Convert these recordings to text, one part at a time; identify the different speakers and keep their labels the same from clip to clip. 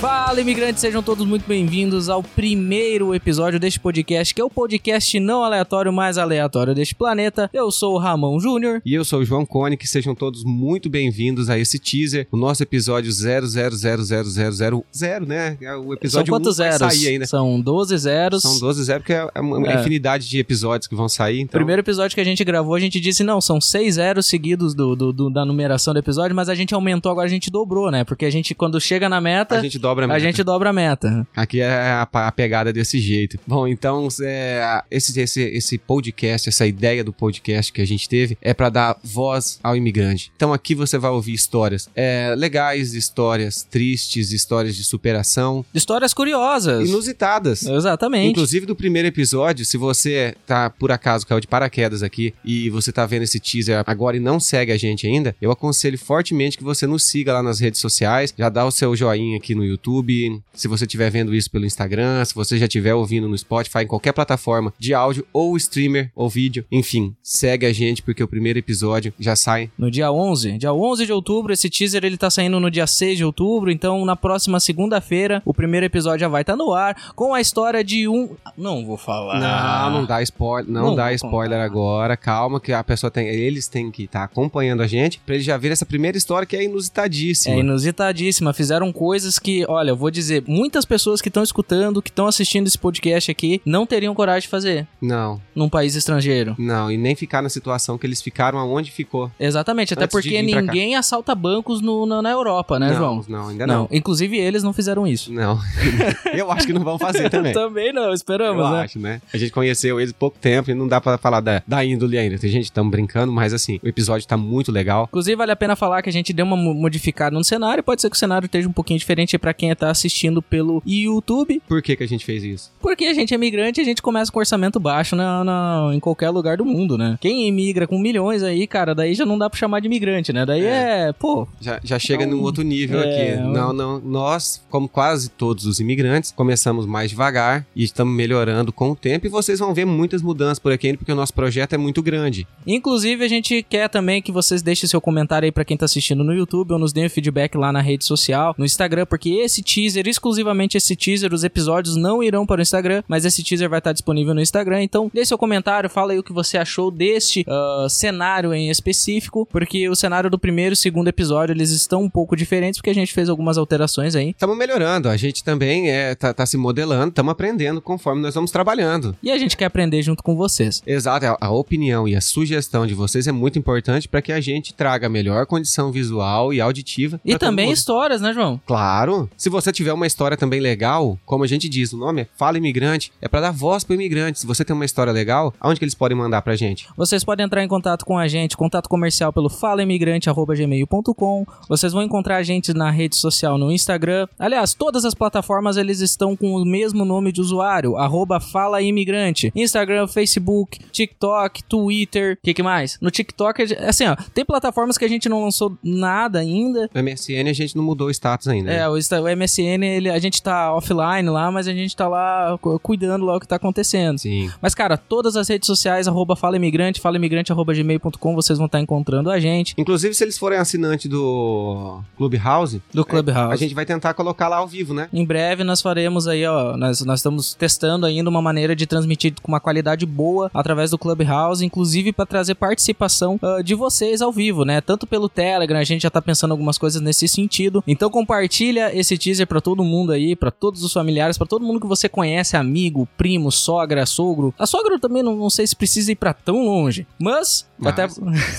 Speaker 1: Fala imigrantes, sejam todos muito bem-vindos ao primeiro episódio deste podcast, que é o podcast não aleatório, mas aleatório deste planeta. Eu sou o Ramon Júnior.
Speaker 2: E eu sou o João Koenig, sejam todos muito bem-vindos a esse teaser, o nosso episódio 0000000, né? É O
Speaker 1: São
Speaker 2: episódio 1
Speaker 1: quantos
Speaker 2: vai
Speaker 1: zeros?
Speaker 2: sair ainda.
Speaker 1: São 12 zeros.
Speaker 2: São 12 zeros, porque é uma
Speaker 1: É.
Speaker 2: infinidade de episódios que vão sair, então...
Speaker 1: Primeiro episódio que a gente gravou, a gente disse, não, são seis zeros seguidos do, do- do- da numeração do episódio, mas a gente aumentou, agora a gente dobrou, né? Porque a gente, quando chega na meta,
Speaker 2: A gente dobra a
Speaker 1: a
Speaker 2: meta.
Speaker 1: gente dobra a meta.
Speaker 2: Aqui é a, pa- a pegada desse jeito. Bom, então é, esse, esse, esse podcast, essa ideia do podcast que a gente teve é para dar voz ao imigrante. Então aqui você vai ouvir histórias é, legais, histórias tristes, histórias de superação,
Speaker 1: Histórias curiosas.
Speaker 2: inusitadas.
Speaker 1: Exatamente.
Speaker 2: Inclusive do primeiro episódio, se você tá por acaso caiu de paraquedas aqui e você tá vendo esse teaser agora e não segue a gente ainda, eu aconselho fortemente que você nos siga lá nas redes sociais, já dá o seu joinha aqui no YouTube, se você estiver vendo isso pelo Instagram, se você já estiver ouvindo no Spotify, em qualquer plataforma de áudio ou streamer ou vídeo, enfim, segue a gente porque o primeiro episódio já sai.
Speaker 1: No dia 11, dia 11 de outubro, esse teaser ele tá saindo no dia 6 de outubro, então na próxima segunda-feira, o primeiro episódio já vai estar no ar com a história de um, não vou falar.
Speaker 2: não dá spoiler, não,
Speaker 1: Não
Speaker 2: dá
Speaker 1: vou
Speaker 2: spoiler
Speaker 1: contar.
Speaker 2: agora. Calma que a pessoa tem, eles têm que estar acompanhando a gente pra eles já verem essa primeira história que é inusitadíssima.
Speaker 1: É inusitadíssima, fizeram coisas que, olha, eu vou dizer, muitas pessoas que estão escutando, que estão assistindo esse podcast aqui, não teriam coragem de fazer
Speaker 2: Não,
Speaker 1: num país estrangeiro.
Speaker 2: não, e nem ficar na situação que eles ficaram aonde ficou.
Speaker 1: Exatamente, até
Speaker 2: Antes de
Speaker 1: porque
Speaker 2: vir pra cá.
Speaker 1: ninguém assalta bancos no- na, na Europa, né,
Speaker 2: não,
Speaker 1: João?
Speaker 2: Não, ainda não.
Speaker 1: inclusive eles não fizeram isso.
Speaker 2: Não. Eu acho que não vão fazer também.
Speaker 1: Também não,
Speaker 2: Eu
Speaker 1: esperamos, né?
Speaker 2: acho, né? A gente conheceu eles pouco tempo e não dá pra falar da, da índole ainda. Tem gente, estamos brincando, mas assim, o episódio tá muito legal.
Speaker 1: Inclusive, vale a pena falar que a gente deu uma mo- modificada no cenário. Pode ser que o cenário esteja um pouquinho diferente pra quem tá assistindo pelo YouTube,
Speaker 2: Por que que a gente fez isso?
Speaker 1: porque a gente é imigrante e a gente começa com orçamento baixo na, na- em qualquer lugar do mundo, né? Quem imigra com milhões aí, cara, daí já não dá pra chamar de imigrante, né? Daí é, pô,
Speaker 2: Já, já chega
Speaker 1: Então,
Speaker 2: num outro nível
Speaker 1: é,
Speaker 2: aqui.
Speaker 1: um-
Speaker 2: Não, não. Nós, como quase todos os imigrantes, começamos mais devagar e estamos melhorando com o tempo. E vocês vão ver muitas mudanças por aqui ainda, porque o nosso projeto é muito grande.
Speaker 1: Inclusive, a gente quer também que vocês deixem seu comentário aí pra quem tá assistindo no YouTube ou nos deem feedback lá na rede social, no Instagram, porque esse teaser, exclusivamente esse teaser, os episódios não irão para o Instagram, mas esse teaser vai estar disponível no Instagram. Então, dê seu comentário, fala aí o que você achou deste ah, cenário em específico, porque o cenário do primeiro e segundo episódio eles estão um pouco diferentes, porque a gente fez algumas alterações aí.
Speaker 2: Estamos melhorando, a gente também é, tá, tá se modelando, estamos aprendendo conforme nós vamos trabalhando.
Speaker 1: E a gente quer aprender junto com vocês.
Speaker 2: Exato, a- a opinião e a sugestão de vocês é muito importante para que a gente traga a melhor condição visual e auditiva.
Speaker 1: E
Speaker 2: pra todo
Speaker 1: também
Speaker 2: mundo.
Speaker 1: histórias, né, João?
Speaker 2: Claro, se você tiver uma história também legal, como a gente diz, o nome é Fala Imigrante, é para dar voz para imigrante. Se você tem uma história legal, aonde que eles podem mandar pra gente?
Speaker 1: Vocês podem entrar em contato com a gente, contato comercial pelo falaimigrante.gmail.com. Vocês vão encontrar a gente na rede social no Instagram. Aliás, todas as plataformas eles estão com o mesmo nome de usuário, arroba falaimigrante. Instagram, Facebook, TikTok, Twitter, o que, que mais? No TikTok, a gente- assim, ó, tem plataformas que a gente não lançou nada ainda.
Speaker 2: No MSN a gente não mudou o status ainda. né?
Speaker 1: É, o, Insta- o MSN, ele, a gente tá offline lá, mas a gente tá lá cu- cuidando lá o que tá acontecendo.
Speaker 2: Sim.
Speaker 1: Mas, cara, todas as redes sociais, arroba Fala Imigrante, falaimigrante, arroba gmail.com, vocês vão estar encontrando a gente
Speaker 2: Inclusive, se eles forem assinante do Clubhouse,
Speaker 1: do Clubhouse.
Speaker 2: É, a gente vai tentar colocar lá ao vivo, né?
Speaker 1: Em breve nós faremos aí, ó, nós, nós estamos testando ainda uma maneira de transmitir com uma qualidade boa através do Clubhouse, inclusive para trazer participação ah, de vocês ao vivo, né? Tanto pelo Telegram, a gente já tá pensando algumas coisas nesse sentido. Então compartilha esse teaser para todo mundo aí, para todos os familiares, para todo mundo que você conhece, amigo, primo, sogra, sogro. A sogra eu também não, não sei se precisa ir para tão longe, mas,
Speaker 2: Mas-
Speaker 1: até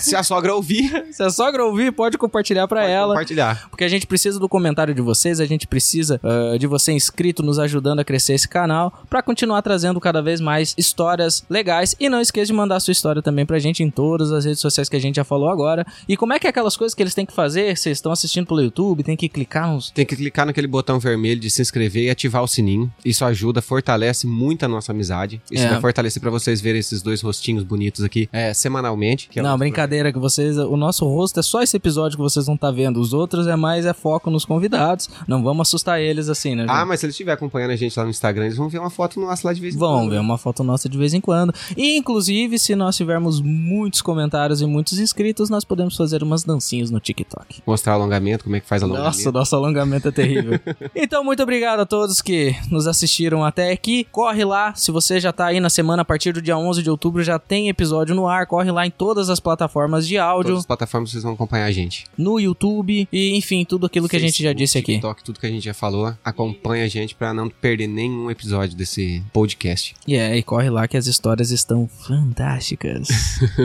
Speaker 2: Se a sogra ouvir,
Speaker 1: Se a sogra ouvir, pode compartilhar pra
Speaker 2: pode
Speaker 1: ela.
Speaker 2: compartilhar.
Speaker 1: Porque a gente precisa do comentário de vocês, a gente precisa ah, de você inscrito nos ajudando a crescer esse canal pra continuar trazendo cada vez mais histórias legais. E não esqueça de mandar sua história também pra gente em todas as redes sociais que a gente já falou agora. E como é que é aquelas coisas que eles têm que fazer? Vocês estão assistindo pelo YouTube, tem que clicar nos.
Speaker 2: Tem que clicar naquele botão vermelho de se inscrever e ativar o sininho. Isso ajuda, fortalece muito a nossa amizade. Isso
Speaker 1: É.
Speaker 2: vai fortalecer pra vocês verem esses dois rostinhos bonitos aqui é, semanalmente. que é
Speaker 1: não,
Speaker 2: outro-
Speaker 1: brincadeira que vocês, o nosso rosto é só esse episódio que vocês não tá vendo. Os outros é mais é foco nos convidados. Não vamos assustar eles assim, né? gente?
Speaker 2: Ah, mas se eles estiver acompanhando a gente lá no Instagram, eles vão ver uma foto nossa lá de vez em
Speaker 1: Vão
Speaker 2: quando.
Speaker 1: ver um uma foto nossa de vez em quando. E, inclusive, se nós tivermos muitos comentários e muitos inscritos, nós podemos fazer umas dancinhas no TikTok.
Speaker 2: Mostrar alongamento, como é que faz alongamento.
Speaker 1: Nossa, nosso alongamento é terrível. Então, muito obrigado a todos que nos assistiram até aqui. Corre lá, se você já tá aí na semana, a partir do dia 11 de outubro já tem episódio no ar. Corre lá em todas as plataformas de áudio,
Speaker 2: Todas as plataformas vocês vão acompanhar a gente.
Speaker 1: no YouTube e enfim, tudo aquilo que a gente já
Speaker 2: Facebook,
Speaker 1: disse aqui.
Speaker 2: TikTok, tudo que a gente já falou. Acompanha a gente pra não perder nenhum episódio desse podcast.
Speaker 1: E é, e corre lá que as histórias estão fantásticas.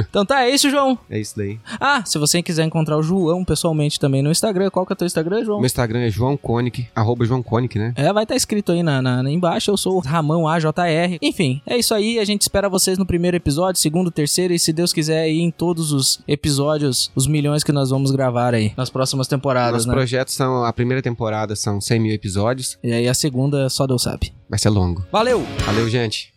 Speaker 1: então tá, é isso, João.
Speaker 2: É isso daí.
Speaker 1: Ah, se você quiser encontrar o João pessoalmente também no Instagram, qual que é o teu Instagram, João?
Speaker 2: Meu Instagram é João Koenig, arroba João Koenig, né?
Speaker 1: É, vai estar escrito aí na, na- na embaixo. Eu sou o Ramão AJR. Enfim, é isso aí. A gente espera vocês no primeiro episódio, segundo, terceiro e, se Deus quiser, aí em todos os episódios, os milhões que nós vamos gravar aí nas próximas temporadas,
Speaker 2: Nossos
Speaker 1: né?
Speaker 2: projetos são, a primeira temporada são 100 mil episódios,
Speaker 1: E aí a segunda só Deus sabe.
Speaker 2: vai ser longo.
Speaker 1: Valeu!
Speaker 2: Valeu, gente!